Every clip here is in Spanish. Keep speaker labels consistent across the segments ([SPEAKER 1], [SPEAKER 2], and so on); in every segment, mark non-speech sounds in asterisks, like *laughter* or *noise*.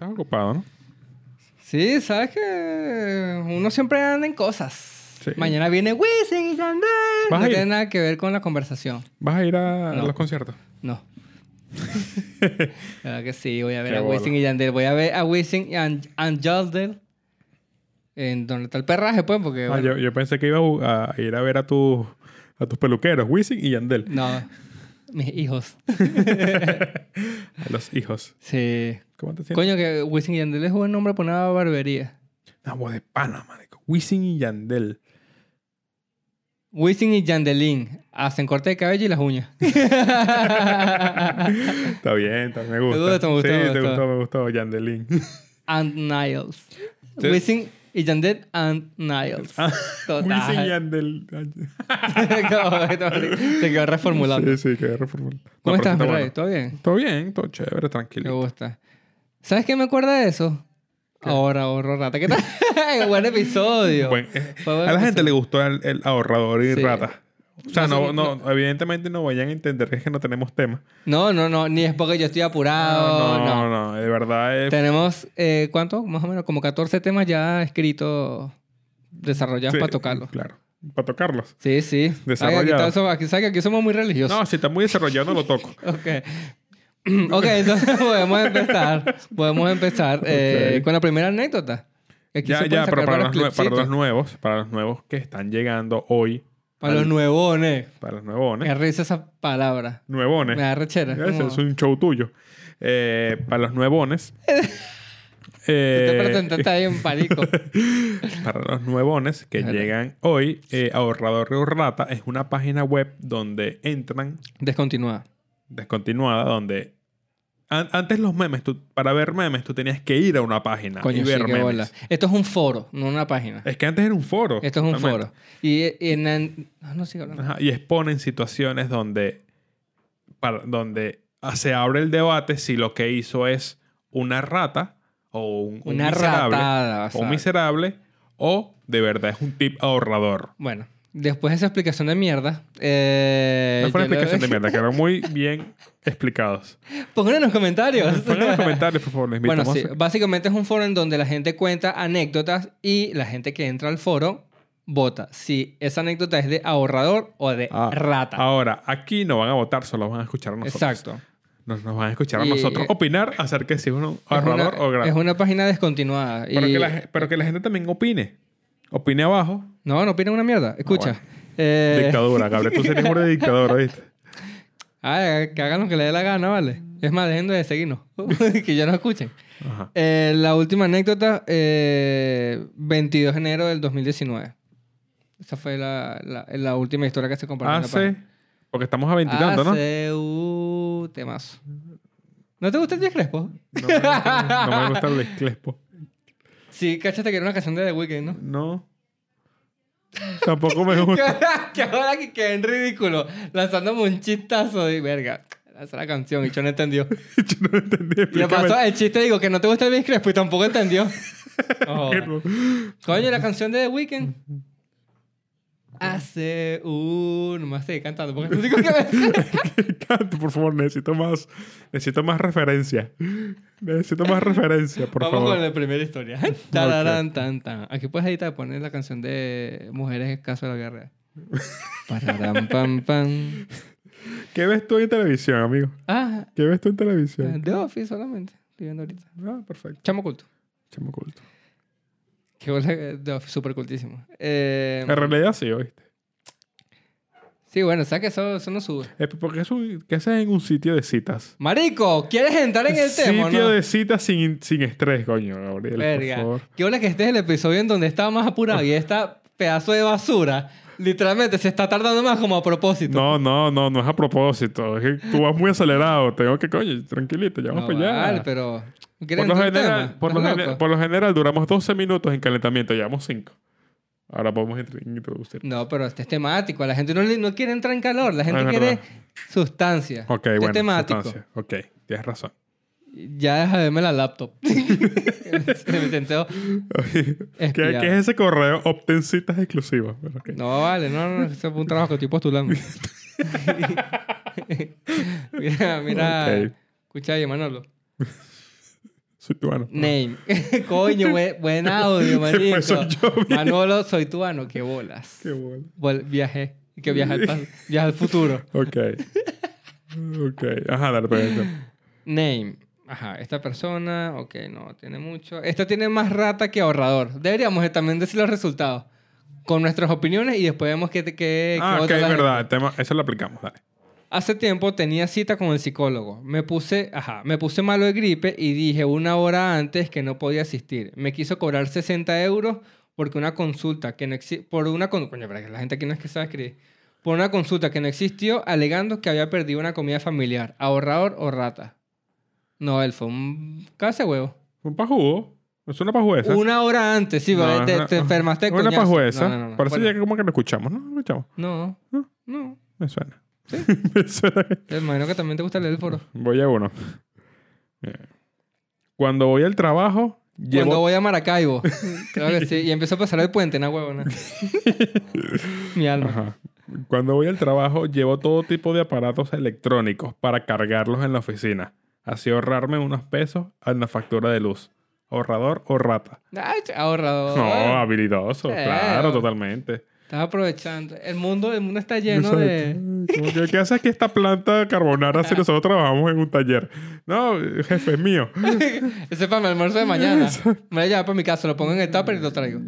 [SPEAKER 1] ¿no? Ocupado, ¿no?
[SPEAKER 2] Sí, sabes que uno siempre anda en cosas.
[SPEAKER 1] Sí.
[SPEAKER 2] Mañana viene Wisin y Yandel.
[SPEAKER 1] ¿Vas
[SPEAKER 2] No
[SPEAKER 1] a ir?
[SPEAKER 2] tiene nada que ver con la conversación.
[SPEAKER 1] ¿Vas a ir a, a
[SPEAKER 2] No.
[SPEAKER 1] los conciertos? *laughs*
[SPEAKER 2] No. claro que sí, voy a ver
[SPEAKER 1] Qué
[SPEAKER 2] a
[SPEAKER 1] bola.
[SPEAKER 2] Wisin y Yandel. Voy a ver a Wisin y An- and Yandel. En donde está el perraje, pues, porque.
[SPEAKER 1] Ah,
[SPEAKER 2] bueno,
[SPEAKER 1] yo, yo pensé que iba a, a ir a ver a, tus a tus peluqueros, Wisin y Yandel.
[SPEAKER 2] No, mis hijos.
[SPEAKER 1] A los hijos.
[SPEAKER 2] Sí.
[SPEAKER 1] ¿Cómo te sientes?
[SPEAKER 2] Coño, que Wisin y Yandel es buen nombre para una barbería.
[SPEAKER 1] Una voz de pana, marico. Wisin y
[SPEAKER 2] *laughs*
[SPEAKER 1] Yandel.
[SPEAKER 2] Wisin y Yandelín hacen corte de cabello y
[SPEAKER 1] *laughs*
[SPEAKER 2] las uñas.
[SPEAKER 1] Está bien, está- me gusta.
[SPEAKER 2] gustó, me gustó,
[SPEAKER 1] Sí,
[SPEAKER 2] me
[SPEAKER 1] te
[SPEAKER 2] gustó.
[SPEAKER 1] gustó, me gustó.
[SPEAKER 2] *laughs*
[SPEAKER 1] Yandelín.
[SPEAKER 2] and Niles.
[SPEAKER 1] Sí.
[SPEAKER 2] Wisin y Yandel and Niles.
[SPEAKER 1] Ah, Wisin y
[SPEAKER 2] *laughs* Total.
[SPEAKER 1] Yandel.
[SPEAKER 2] Se quedó reformulando.
[SPEAKER 1] Sí, sí, quedé reformulado. No, pero
[SPEAKER 2] ¿Cómo estás,
[SPEAKER 1] está
[SPEAKER 2] mi rey?
[SPEAKER 1] bueno.
[SPEAKER 2] ¿Todo bien?
[SPEAKER 1] Todo bien, todo chévere,
[SPEAKER 2] Me
[SPEAKER 1] tranquilo.
[SPEAKER 2] gusta. ¿Sabes qué me acuerda de eso? Ahora, ahorro rata. ¿Qué tal? *laughs* Buen episodio.
[SPEAKER 1] Buen- eh,
[SPEAKER 2] Fue buen
[SPEAKER 1] a la
[SPEAKER 2] episodio.
[SPEAKER 1] gente le gustó el, el ahorrador y
[SPEAKER 2] Sí.
[SPEAKER 1] rata. O sea,
[SPEAKER 2] No
[SPEAKER 1] no,
[SPEAKER 2] sé,
[SPEAKER 1] no, evidentemente no vayan a entender que es que no tenemos tema.
[SPEAKER 2] No, no, no. Ni es porque yo estoy apurado.
[SPEAKER 1] no,
[SPEAKER 2] no.
[SPEAKER 1] no, no, de verdad es
[SPEAKER 2] Tenemos, eh, ¿cuánto? Más o menos como 14 temas ya escritos, desarrollados
[SPEAKER 1] Sí,
[SPEAKER 2] para tocarlos.
[SPEAKER 1] Claro, para tocarlos.
[SPEAKER 2] Sí, sí. Ay, Aquí,
[SPEAKER 1] Desarrollados.
[SPEAKER 2] estamos- aquí, ¿sabes que aquí somos muy religiosos.
[SPEAKER 1] No, si está muy desarrollado no lo toco.
[SPEAKER 2] Ok. *clears throat* ok, entonces *laughs* podemos empezar. Podemos empezar eh,
[SPEAKER 1] Ok.
[SPEAKER 2] con la primera anécdota. *laughs* Aquí
[SPEAKER 1] ya,
[SPEAKER 2] se
[SPEAKER 1] ya, pero
[SPEAKER 2] pueden sacar
[SPEAKER 1] para los,
[SPEAKER 2] varios
[SPEAKER 1] nue- para los
[SPEAKER 2] clipsitos.
[SPEAKER 1] nuevos, para los nuevos que están llegando hoy,
[SPEAKER 2] Para los nuevones.
[SPEAKER 1] para los nuevones,
[SPEAKER 2] Me risa esa palabra.
[SPEAKER 1] nuevones,
[SPEAKER 2] Me da rechera.
[SPEAKER 1] Ese
[SPEAKER 2] como-
[SPEAKER 1] es un show tuyo. Eh, para los
[SPEAKER 2] *laughs*
[SPEAKER 1] nuevones, eh,
[SPEAKER 2] Te presentaste
[SPEAKER 1] *laughs*
[SPEAKER 2] ahí en palico.
[SPEAKER 1] para los nuevones que
[SPEAKER 2] Claro.
[SPEAKER 1] llegan hoy, eh, Ahorrador y Rata es una página web donde entran
[SPEAKER 2] Descontinúa.
[SPEAKER 1] descontinuada donde an- antes los memes, tú, para ver memes tú tenías que ir a una página
[SPEAKER 2] Coño,
[SPEAKER 1] y
[SPEAKER 2] sí,
[SPEAKER 1] ver
[SPEAKER 2] qué
[SPEAKER 1] memes.
[SPEAKER 2] bola. Esto es un foro, no una página.
[SPEAKER 1] Ah, Es que antes era un foro.
[SPEAKER 2] Esto es un
[SPEAKER 1] justamente.
[SPEAKER 2] foro. Y, y en- en- ah, no sigo hablando.
[SPEAKER 1] Ajá, y exponen situaciones donde, para- donde ah, se abre el debate si lo que hizo es una rata o un, un
[SPEAKER 2] Una
[SPEAKER 1] miserable.
[SPEAKER 2] ratada.
[SPEAKER 1] o un
[SPEAKER 2] ¿sabes?
[SPEAKER 1] miserable o de verdad es un tip ahorrador.
[SPEAKER 2] Bueno, después de esa explicación de mierda. Eh,
[SPEAKER 1] No fue una
[SPEAKER 2] yo le- *laughs*
[SPEAKER 1] explicación de mierda, quedaron muy bien explicados.
[SPEAKER 2] Pongan en los comentarios.
[SPEAKER 1] Pongan en los comentarios, por favor, les
[SPEAKER 2] Bueno,
[SPEAKER 1] invitamos.
[SPEAKER 2] sí, básicamente es un foro en donde la gente cuenta anécdotas y la gente que entra al foro vota si esa anécdota es de ahorrador o de
[SPEAKER 1] Ah,
[SPEAKER 2] rata.
[SPEAKER 1] Ahora, aquí no van a votar, solo van a escuchar a nosotros.
[SPEAKER 2] Exacto.
[SPEAKER 1] Nos, nos van a escuchar a
[SPEAKER 2] Y- eh,
[SPEAKER 1] nosotros opinar acerca de si es un ahorrador
[SPEAKER 2] es,
[SPEAKER 1] o
[SPEAKER 2] una,
[SPEAKER 1] grave.
[SPEAKER 2] es una página descontinuada.
[SPEAKER 1] Pero,
[SPEAKER 2] y-
[SPEAKER 1] que la, ge- pero que la gente también opine. Opine abajo.
[SPEAKER 2] No, no opinan una
[SPEAKER 1] Ah,
[SPEAKER 2] mierda. Escucha. eh,
[SPEAKER 1] Dictadura, Gabriel. Tú serías una dictadora, ¿viste?
[SPEAKER 2] ah, que hagan lo que le dé la gana, ¿vale? Es más, dejen de seguirnos. *laughs* que ya nos escuchen.
[SPEAKER 1] Ajá.
[SPEAKER 2] Eh, la última anécdota, eh, 22 de enero del 2019. Esa fue la, la- la última historia que se compartió. en la página.
[SPEAKER 1] Hace... Porque estamos a veintitantos, ¿no?
[SPEAKER 2] pues. Hace un temazo. ¿No te gusta el Jess Crespo?
[SPEAKER 1] No me gusta, no me gusta el esclespo.
[SPEAKER 2] Sí, cachaste que era una canción de The
[SPEAKER 1] *laughs*
[SPEAKER 2] Weeknd, ¿no? *laughs*
[SPEAKER 1] No. Tampoco me gusta.
[SPEAKER 2] que ahora que quedé en ridículo lanzándome un chistazo de verga. Lanza la canción y yo
[SPEAKER 1] *laughs*
[SPEAKER 2] no entendió.
[SPEAKER 1] Yo no lo entendí.
[SPEAKER 2] Y le
[SPEAKER 1] explícame.
[SPEAKER 2] pasó el chiste, digo que no te gusta el Jess Crespo y
[SPEAKER 1] *laughs*
[SPEAKER 2] tampoco entendió. Oh. Coño, la canción de The Weeknd. Hace un... No me estoy cantando porque no digo que me...
[SPEAKER 1] Canto, por favor, necesito más. Necesito más referencia. Necesito más referencia, por
[SPEAKER 2] Vamos
[SPEAKER 1] favor.
[SPEAKER 2] con la primera historia.
[SPEAKER 1] *laughs*
[SPEAKER 2] Tararán, tan, tan. Aquí puedes editar, poner la canción de Mujeres Caso de
[SPEAKER 1] *laughs*
[SPEAKER 2] la Guerra. Pararán, pam, pam.
[SPEAKER 1] ¿Qué ves tú en televisión, amigo?
[SPEAKER 2] Ah, eh,
[SPEAKER 1] ¿Qué ves tú en televisión?
[SPEAKER 2] The Office solamente. Estoy viendo ahorita.
[SPEAKER 1] Ah, perfecto.
[SPEAKER 2] Chamo culto.
[SPEAKER 1] Chamo culto.
[SPEAKER 2] Que bola que The Office, súper cultísimo. Eh,
[SPEAKER 1] En realidad sí, ¿oíste?
[SPEAKER 2] sí, bueno, sabes que eso, eso no sube.
[SPEAKER 1] Es porque es un, que haces en un sitio de citas.
[SPEAKER 2] Marico, ¿quieres entrar en el tema? o
[SPEAKER 1] Sitio
[SPEAKER 2] no?
[SPEAKER 1] de citas sin, sin estrés, coño, Gabriel,
[SPEAKER 2] Verga.
[SPEAKER 1] por favor.
[SPEAKER 2] Qué bola que este es el episodio en donde estaba más apurado y esta pedazo de basura literalmente se está tardando más como a propósito.
[SPEAKER 1] No, no, no, no es a propósito. Es que tú vas muy acelerado. Tengo que, coño, tranquilito, ya vamos
[SPEAKER 2] No,
[SPEAKER 1] para allá.
[SPEAKER 2] vale, pero... ¿Quieres
[SPEAKER 1] por, lo
[SPEAKER 2] entrar en
[SPEAKER 1] general,
[SPEAKER 2] tema?
[SPEAKER 1] por, lo
[SPEAKER 2] ¿Estás
[SPEAKER 1] gene-
[SPEAKER 2] loco?
[SPEAKER 1] por lo general, duramos 12 minutos en calentamiento, llevamos 5. Ahora podemos intro- introducir.
[SPEAKER 2] No, pero este es temático. La gente no, le- no quiere entrar en calor. La gente
[SPEAKER 1] es
[SPEAKER 2] quiere
[SPEAKER 1] verdad.
[SPEAKER 2] sustancia.
[SPEAKER 1] Ok,
[SPEAKER 2] Este es
[SPEAKER 1] bueno.
[SPEAKER 2] temático.
[SPEAKER 1] sustancia. Ok, tienes razón.
[SPEAKER 2] Ya deja de verme
[SPEAKER 1] *laughs*
[SPEAKER 2] la laptop. *laughs* Se me tenteo.
[SPEAKER 1] ¿Qué,
[SPEAKER 2] Espiado.
[SPEAKER 1] qué es ese correo? Obtén citas exclusivas. Bueno, ok.
[SPEAKER 2] No, vale. No, no. Ese fue un trabajo que estoy postulando. *laughs* mira, mira.
[SPEAKER 1] Ok.
[SPEAKER 2] Escucha ahí, Manolo.
[SPEAKER 1] Soy tubano.
[SPEAKER 2] Name. *laughs* Coño, buen,
[SPEAKER 1] *laughs*
[SPEAKER 2] buen audio, marico.
[SPEAKER 1] Después Ah. soy yo, bien.
[SPEAKER 2] Manolo, soy tuano. Qué bolas.
[SPEAKER 1] Qué bola.
[SPEAKER 2] Vol- viajé. Que viaja al, pas- viaja al futuro.
[SPEAKER 1] Ok. ok. Ajá, dale, pues, pregunta.
[SPEAKER 2] Name. Ajá, esta persona, ok, no, tiene mucho. Esta tiene más rata que ahorrador. Deberíamos de también decir los resultados con nuestras opiniones y después vemos qué... qué, qué
[SPEAKER 1] Ah, ok,
[SPEAKER 2] vota la gente.
[SPEAKER 1] verdad. el tema- eso lo aplicamos, dale.
[SPEAKER 2] Hace tiempo tenía cita con el psicólogo. Me puse, ajá, me puse malo de gripe y dije una hora antes que no podía asistir. Me quiso cobrar 60 euros porque una consulta que no exi- por una con- coño, pero que la gente aquí no es que sabe escribir. Por una consulta que no existió, alegando que había perdido una comida familiar, ahorrador o rata. No, él fue un casa huevo.
[SPEAKER 1] Un pajugo. Es una pajuesa.
[SPEAKER 2] Una hora antes, sí,
[SPEAKER 1] No,
[SPEAKER 2] va, te,
[SPEAKER 1] una-
[SPEAKER 2] te enfermaste de
[SPEAKER 1] Una
[SPEAKER 2] coñazo.
[SPEAKER 1] pajuesa.
[SPEAKER 2] No, no, no, no.
[SPEAKER 1] Parece
[SPEAKER 2] Bueno,
[SPEAKER 1] ya ¿Ah? que como que lo escuchamos, ¿no? Lo escuchamos.
[SPEAKER 2] No,
[SPEAKER 1] ¿No?
[SPEAKER 2] no.
[SPEAKER 1] Me suena. *laughs* Me suena.
[SPEAKER 2] Te imagino que también te gusta leer el foro.
[SPEAKER 1] Voy a uno. Bien. Cuando voy al trabajo, llevo...
[SPEAKER 2] Cuando voy
[SPEAKER 1] *laughs*
[SPEAKER 2] a Maracaibo. Claro que sí. Y empiezo a pasar el puente, na huevona. Mi alma.
[SPEAKER 1] Ajá. Cuando voy al trabajo, llevo todo tipo de aparatos electrónicos para cargarlos en la oficina. Así ahorrarme unos pesos en la factura de luz. Ahorrador o rata.
[SPEAKER 2] Ay, ch- ahorrador.
[SPEAKER 1] No, habilidoso.
[SPEAKER 2] Claro.
[SPEAKER 1] Claro, totalmente.
[SPEAKER 2] Estás aprovechando. El mundo, el mundo está lleno de. Ah.
[SPEAKER 1] Exacto. Como que, ¿Qué hace aquí esta planta carbonara si nosotros trabajamos en un taller? No, jefe, es mío.
[SPEAKER 2] Ese es para mi almuerzo de mañana. Me lo llevo para mi casa, lo pongo en el tupper y
[SPEAKER 1] *laughs*
[SPEAKER 2] lo traigo.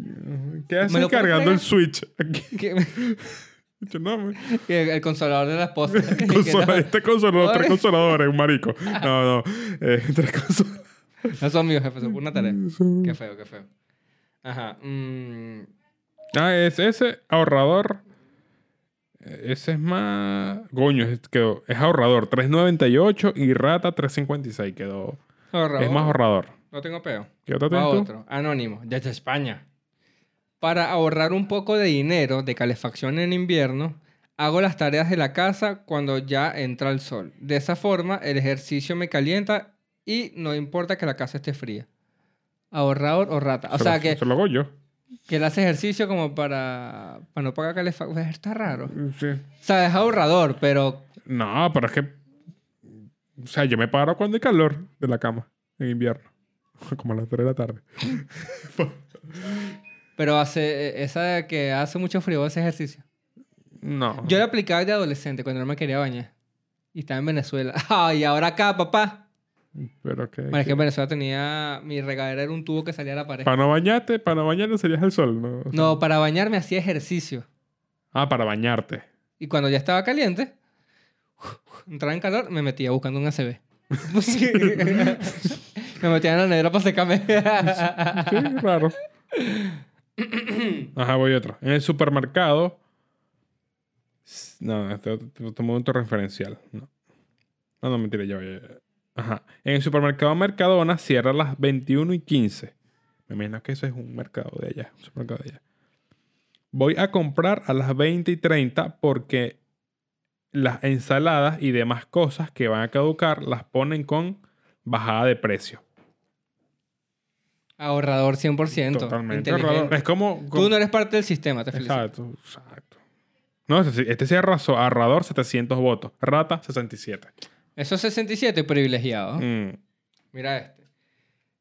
[SPEAKER 1] ¿Qué hace
[SPEAKER 2] ¿Me lo puedes
[SPEAKER 1] cargando
[SPEAKER 2] traer?
[SPEAKER 1] el switch? Aquí.
[SPEAKER 2] Que-
[SPEAKER 1] Yo, No, me-
[SPEAKER 2] *laughs* que El consolador de la esposa. *laughs* Que no-
[SPEAKER 1] consola- este consolador, tres
[SPEAKER 2] Pobre.
[SPEAKER 1] consoladores, un
[SPEAKER 2] *laughs*
[SPEAKER 1] marico. No, no. eh, tres consoladores.
[SPEAKER 2] No son míos, jefe, son por una tarea. Qué feo, qué feo. Ajá. mm,
[SPEAKER 1] Ah, es ese ahorrador. eh, Ese es más. Coño, es, quedó. Es ahorrador 398 y rata 356. Quedó.
[SPEAKER 2] ahorrador.
[SPEAKER 1] Es más ahorrador.
[SPEAKER 2] No tengo peo.
[SPEAKER 1] ¿Qué otra
[SPEAKER 2] Va
[SPEAKER 1] tienes tú?
[SPEAKER 2] otro. Anónimo, desde España. Para ahorrar un poco de dinero de calefacción en invierno, hago las tareas de la casa cuando ya entra el sol. De esa forma, el ejercicio me calienta y no importa que la casa esté fría. Ahorrador o rata. O
[SPEAKER 1] Se
[SPEAKER 2] sea,
[SPEAKER 1] lo-
[SPEAKER 2] que,
[SPEAKER 1] Se lo hago yo.
[SPEAKER 2] que él hace ejercicio como para, para no pagar calefacción. Pues, Está raro. O
[SPEAKER 1] Sí.
[SPEAKER 2] sea, es ahorrador, pero...
[SPEAKER 1] No, pero es que. O sea, yo me paro cuando hay calor de la cama en invierno. *laughs* Como a las 3 de la tarde.
[SPEAKER 2] Pero hace, e, esa que hace mucho frío ese ejercicio.
[SPEAKER 1] No.
[SPEAKER 2] Yo lo aplicaba de adolescente cuando no me quería bañar. Y estaba en Venezuela. *laughs* Ay, ahora acá, papá.
[SPEAKER 1] Pero que.
[SPEAKER 2] Bueno, es que en Venezuela tenía. Mi regadera era un tubo que salía a la pared.
[SPEAKER 1] Para no bañarte, para no bañarte serías el sol, ¿no? O sea-
[SPEAKER 2] No, para bañarme hacía ejercicio.
[SPEAKER 1] Ah, para bañarte.
[SPEAKER 2] Y cuando ya estaba caliente, *laughs* entraba en calor, me metía buscando un ACB. *laughs* me metía en la nevera para secarme. *laughs*
[SPEAKER 1] Sí, raro. Ajá, voy otro. En el supermercado. S- No, este otro- este otro momento referencial. No, no, no, mentira, ya voy. ya, ya. Ajá. En el supermercado Mercadona cierra a las 21 y 15. Me imagino que eso es un mercado de allá. Un supermercado de allá. Voy a comprar a las 20 y 30 porque las ensaladas y demás cosas que van a caducar las ponen con bajada de precio.
[SPEAKER 2] Ahorrador 100%.
[SPEAKER 1] Totalmente.
[SPEAKER 2] inteligente.
[SPEAKER 1] raro. Es como...
[SPEAKER 2] Tú no eres parte del sistema, te felicito.
[SPEAKER 1] Exacto, exacto. No, este sí- este sí arrasó. Arrador, 700 votos. Rata, 67.
[SPEAKER 2] Esos 67 privilegiados.
[SPEAKER 1] Mm.
[SPEAKER 2] Mira este.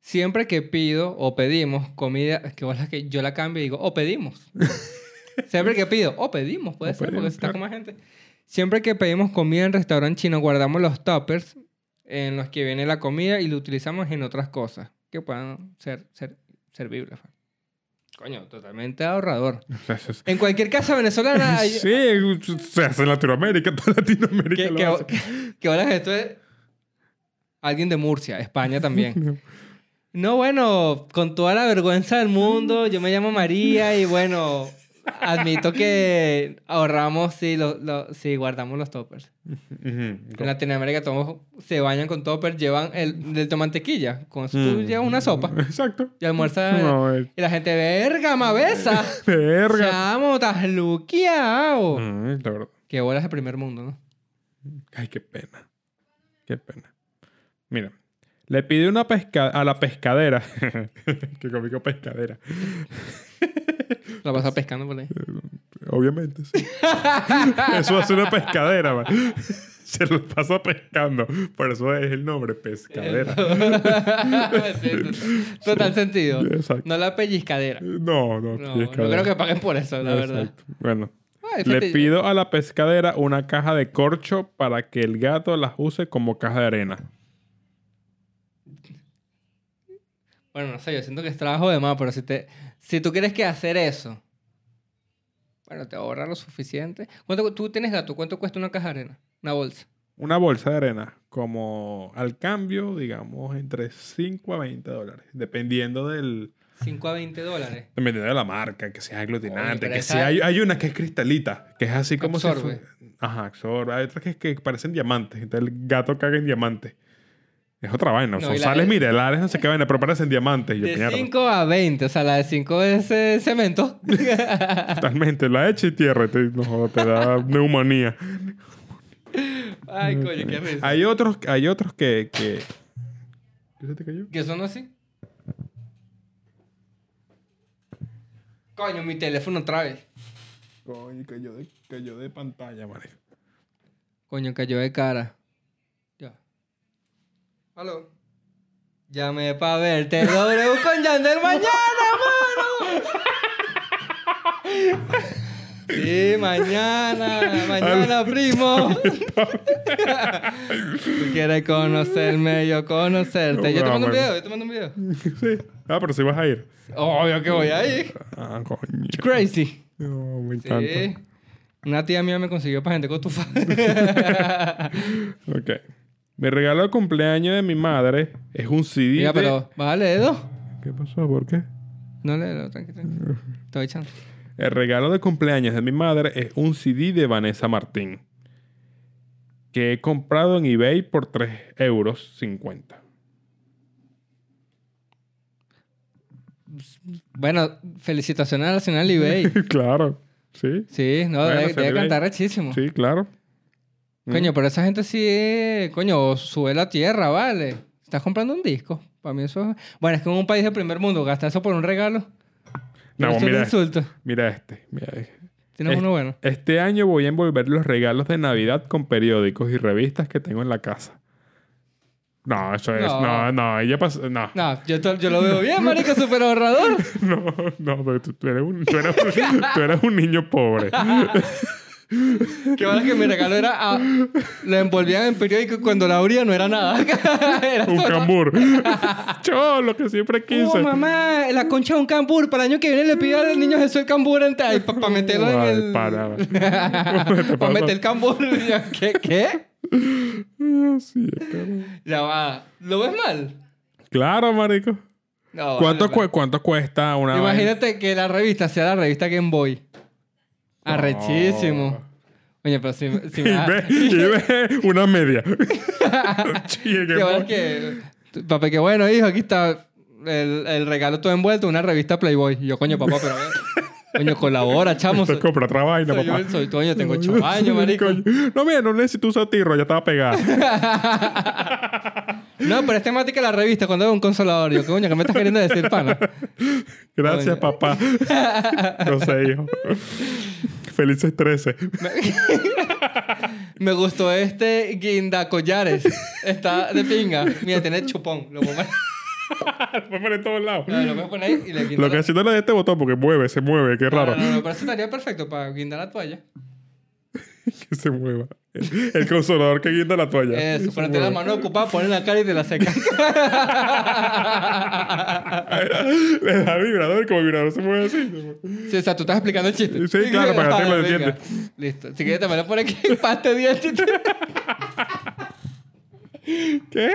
[SPEAKER 2] Siempre que pido o pedimos comida, es que bolas que yo la cambio y digo, o pedimos.
[SPEAKER 1] *laughs*
[SPEAKER 2] Siempre que pido, o pedimos, puede
[SPEAKER 1] O
[SPEAKER 2] ser, porque
[SPEAKER 1] pedimos,
[SPEAKER 2] si está
[SPEAKER 1] claro.
[SPEAKER 2] con más gente. Siempre que pedimos comida en restaurante chino, guardamos los tuppers en los que viene la comida y lo utilizamos en otras cosas que puedan ser, ser servibles. fa. Coño, totalmente ahorrador. En cualquier casa venezolana
[SPEAKER 1] *laughs*
[SPEAKER 2] hay...
[SPEAKER 1] Sí, se hace en Latinoamérica, toda Latinoamérica.
[SPEAKER 2] que,
[SPEAKER 1] lo
[SPEAKER 2] que,
[SPEAKER 1] hace.
[SPEAKER 2] que- que bolas esto es... Alguien de Murcia,
[SPEAKER 1] *laughs*
[SPEAKER 2] España también. No, bueno, con toda la vergüenza del mundo, yo me llamo María y bueno, admito que ahorramos, sí, lo, lo- sí guardamos los toppers.
[SPEAKER 1] Ujú.
[SPEAKER 2] En Latinoamérica todos se bañan con toppers, llevan el, del mantequilla, con eso tú
[SPEAKER 1] Mm.
[SPEAKER 2] llevas una sopa Ah,
[SPEAKER 1] Exacto.
[SPEAKER 2] y almuerzas.
[SPEAKER 1] No, es-
[SPEAKER 2] Y la gente, verga, mabeza.
[SPEAKER 1] verga.
[SPEAKER 2] Chamo, estás luqueado.
[SPEAKER 1] Mm, de verdad.
[SPEAKER 2] Qué bolas de primer mundo, ¿no?
[SPEAKER 1] Ay, qué pena. Qué pena. Mira, Le pide una pesca a la pescadera. *laughs* Qué cómico pescadera.
[SPEAKER 2] La vas a pescando por ahí.
[SPEAKER 1] Obviamente, sí. *laughs* eso hace una pescadera, man. *laughs* Se lo pasa pescando. Por eso es el nombre, pescadera.
[SPEAKER 2] *laughs* Sí, total- Total sentido.
[SPEAKER 1] Exacto.
[SPEAKER 2] No la
[SPEAKER 1] *laughs*
[SPEAKER 2] pellizcadera.
[SPEAKER 1] No, no,
[SPEAKER 2] No, no
[SPEAKER 1] pescadera.
[SPEAKER 2] creo que paguen por eso, la verdad.
[SPEAKER 1] Exacto. Bueno.
[SPEAKER 2] Ay,
[SPEAKER 1] Le
[SPEAKER 2] fíjate,
[SPEAKER 1] pido a la pescadera una caja de corcho para que el gato las use como caja de arena.
[SPEAKER 2] Bueno, no sé, yo siento que es trabajo de más, pero si, te, si tú quieres que hacer eso, bueno, te ahorra lo suficiente. ¿Cuánto, cu- tú tienes gato, ¿cuánto cuesta una caja de arena? Una bolsa.
[SPEAKER 1] Una bolsa de arena, como al cambio, digamos, entre 5 a 20 dólares, dependiendo del...
[SPEAKER 2] 5 a 20 dólares.
[SPEAKER 1] Dependiendo de la marca, que sea aglutinante,
[SPEAKER 2] Oye, pero
[SPEAKER 1] que
[SPEAKER 2] esa-
[SPEAKER 1] sea... Hay, hay una que es cristalita, que es así como si
[SPEAKER 2] Absorbe.
[SPEAKER 1] fue- Ajá, absorbe. Hay otras que, que parecen diamantes, entonces el gato caga en diamantes. Es otra vaina,
[SPEAKER 2] No,
[SPEAKER 1] son
[SPEAKER 2] y la-
[SPEAKER 1] sales minerales, no sé qué vaina, pero parecen diamantes. Yo,
[SPEAKER 2] De
[SPEAKER 1] mierda,
[SPEAKER 2] 5 a 20, o sea, la de 5 es eh, cemento.
[SPEAKER 1] *laughs* Totalmente, la echa y tierra, y te, no, joda, te
[SPEAKER 2] *laughs*
[SPEAKER 1] da neumonía.
[SPEAKER 2] Ay, coño, qué risa.
[SPEAKER 1] Hay otros, hay otros que, que... ¿Qué se te cayó?
[SPEAKER 2] ¿Qué son así? Coño, mi teléfono otra vez.
[SPEAKER 1] Coño, cayó de, cayó de pantalla, marico. *laughs*
[SPEAKER 2] Coño, cayó de cara. Ya. Aló. Llamé pa' verte W con Yandel mañana, mano. Sí, mañana, mañana, primo. Tú quieres conocerme, yo conocerte. Yo te mando un video, yo te mando un video.
[SPEAKER 1] sí. Ah, pero si vas a ir.
[SPEAKER 2] Obvio que voy ahí.
[SPEAKER 1] Ah, coño.
[SPEAKER 2] Crazy.
[SPEAKER 1] No, muy
[SPEAKER 2] Sí.
[SPEAKER 1] tanto.
[SPEAKER 2] Una tía mía me consiguió para gente con tu
[SPEAKER 1] Ok. Mi regalo de cumpleaños de mi madre es un CD.
[SPEAKER 2] Mira,
[SPEAKER 1] de-
[SPEAKER 2] pero, vale, Edo.
[SPEAKER 1] ¿Qué pasó? ¿Por qué?
[SPEAKER 2] No léelo, tranqui, tranqui. Te doy chance.
[SPEAKER 1] El regalo de cumpleaños de mi madre es un CD de Vanessa Martín. Que he comprado en eBay por 3 euros 50.
[SPEAKER 2] Bueno, felicitaciones a la señora Libey.
[SPEAKER 1] *laughs* claro. Sí.
[SPEAKER 2] Sí, no,
[SPEAKER 1] Bueno, se
[SPEAKER 2] debe, debe
[SPEAKER 1] le ve.
[SPEAKER 2] cantar rechísimo.
[SPEAKER 1] Sí, Mm. claro.
[SPEAKER 2] Coño, pero esa gente sí, eh, coño, sube la tierra, vale. Estás comprando un disco. Para mí eso es... Bueno, es que en un país del primer mundo gastar eso por un regalo.
[SPEAKER 1] No,
[SPEAKER 2] eso es un
[SPEAKER 1] mira,
[SPEAKER 2] insulto.
[SPEAKER 1] mira este. Mira este.
[SPEAKER 2] Tienes
[SPEAKER 1] Es-
[SPEAKER 2] uno bueno.
[SPEAKER 1] Este año voy a envolver los regalos de Navidad con periódicos y revistas que tengo en la casa. No, eso es.
[SPEAKER 2] No.
[SPEAKER 1] No, no, ella pasó. No, no,
[SPEAKER 2] No, yo, to- yo lo veo bien, marico, súper ahorrador.
[SPEAKER 1] no, pero tú, tú eres un, tú, eres un, *laughs* tú eres un niño pobre.
[SPEAKER 2] Qué bueno que mi regalo era... ah, lo envolvían en periódico y cuando la abría no era nada. *laughs* era
[SPEAKER 1] Un
[SPEAKER 2] solo-
[SPEAKER 1] cambur. *laughs* Yo, lo que siempre quise.
[SPEAKER 2] Oh, mamá, la concha de un cambur. Para el año que viene le pido al niño Jesús el cambur para meterlo en
[SPEAKER 1] Ay,
[SPEAKER 2] el... *laughs*
[SPEAKER 1] para.
[SPEAKER 2] para meter el cambur. *laughs* Y yo, ¿Qué? ¿Qué?
[SPEAKER 1] Sí, claro.
[SPEAKER 2] Ya va. ¿Lo ves mal?
[SPEAKER 1] Claro, marico.
[SPEAKER 2] No, vale,
[SPEAKER 1] ¿Cuánto,
[SPEAKER 2] vale.
[SPEAKER 1] cu- cuánto cuesta una vaina?
[SPEAKER 2] Imagínate que la revista sea la revista Game Boy. Arrechísimo. Oye, pero si,
[SPEAKER 1] *laughs*
[SPEAKER 2] si me...
[SPEAKER 1] Y ve, y ve una
[SPEAKER 2] *laughs*
[SPEAKER 1] media. Sí, el
[SPEAKER 2] Qué
[SPEAKER 1] Game
[SPEAKER 2] bueno
[SPEAKER 1] Boy.
[SPEAKER 2] que... Papá, qué bueno, hijo. Aquí está el, el regalo todo envuelto. Una revista Playboy. Y yo, coño, papá, pero...
[SPEAKER 1] *laughs*
[SPEAKER 2] Coño, colabora, chamo.
[SPEAKER 1] Te
[SPEAKER 2] Soy,
[SPEAKER 1] compra otra vaina,
[SPEAKER 2] soy,
[SPEAKER 1] papá.
[SPEAKER 2] yo, soy coño, tengo ocho años, marico.
[SPEAKER 1] Coño. No, mira, no necesito un satirro, ya estaba pegada.
[SPEAKER 2] No, pero es temática de la revista cuando veo un consolador. Yo, coño, ¿qué me estás queriendo decir, pana?
[SPEAKER 1] Gracias,
[SPEAKER 2] Coño.
[SPEAKER 1] papá. No sé,
[SPEAKER 2] *laughs*
[SPEAKER 1] hijo. Felices 13.
[SPEAKER 2] Me gustó este guinda collares. Está de pinga. Mira, tiene chupón. Lo voy a poner-
[SPEAKER 1] *laughs* Lo ponen en todos lados.
[SPEAKER 2] no, lo voy a poner ahí y le guinda.
[SPEAKER 1] Lo que haciendo es de este botón, porque mueve, se mueve, qué
[SPEAKER 2] No,
[SPEAKER 1] raro.
[SPEAKER 2] No, no, no, pero eso estaría perfecto para guindar la toalla.
[SPEAKER 1] *laughs* Que se mueva. El, el consolador que guinda la toalla.
[SPEAKER 2] Eso,
[SPEAKER 1] Se
[SPEAKER 2] pero tener la
[SPEAKER 1] mueve.
[SPEAKER 2] mano ocupada, poner la cara y te la seca.
[SPEAKER 1] *laughs* Le da el vibrador, como el vibrador se mueve así. se mueve.
[SPEAKER 2] Sí, o sea, tú estás explicando el chiste.
[SPEAKER 1] Sí, claro, para que
[SPEAKER 2] Vale,
[SPEAKER 1] te lo
[SPEAKER 2] venga.
[SPEAKER 1] entiendes.
[SPEAKER 2] Listo. Si quieres, también lo pones aquí en pasta de dientes. *laughs*
[SPEAKER 1] ¿Qué?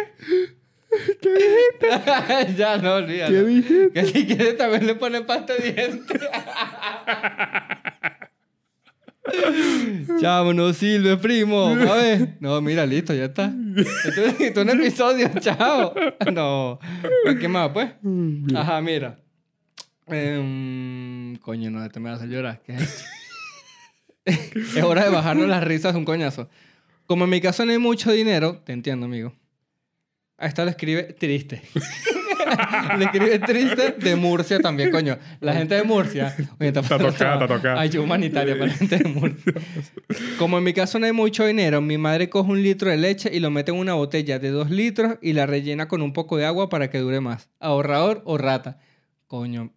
[SPEAKER 2] ya, no, olvídalo.
[SPEAKER 1] ¿Qué dije?
[SPEAKER 2] Que si quieres también le ponen pasta de dientes. Chamo, no sirve, primo. A ver. No, mira, listo, ya está. Esto esto es un episodio, chao. No. Pues, ¿Qué más, pues? Ajá, mira. Em, coño, no, te me vas a llorar. ¿Qué es esto? es hora de bajarnos las risas de un coñazo. Como en mi caso no hay mucho dinero, te entiendo, amigo. A esta lo escribe triste. *laughs* le escribe triste de Murcia también, coño. La gente de Murcia. Oye,
[SPEAKER 1] Está tocada, está tocada.
[SPEAKER 2] Ayuda humanitaria para la gente de Murcia. Como en mi caso no hay mucho dinero, mi madre coge un litro de leche y lo mete en una botella de dos litros y la rellena con un poco de agua para que dure más. Ahorrador o rata. Coño,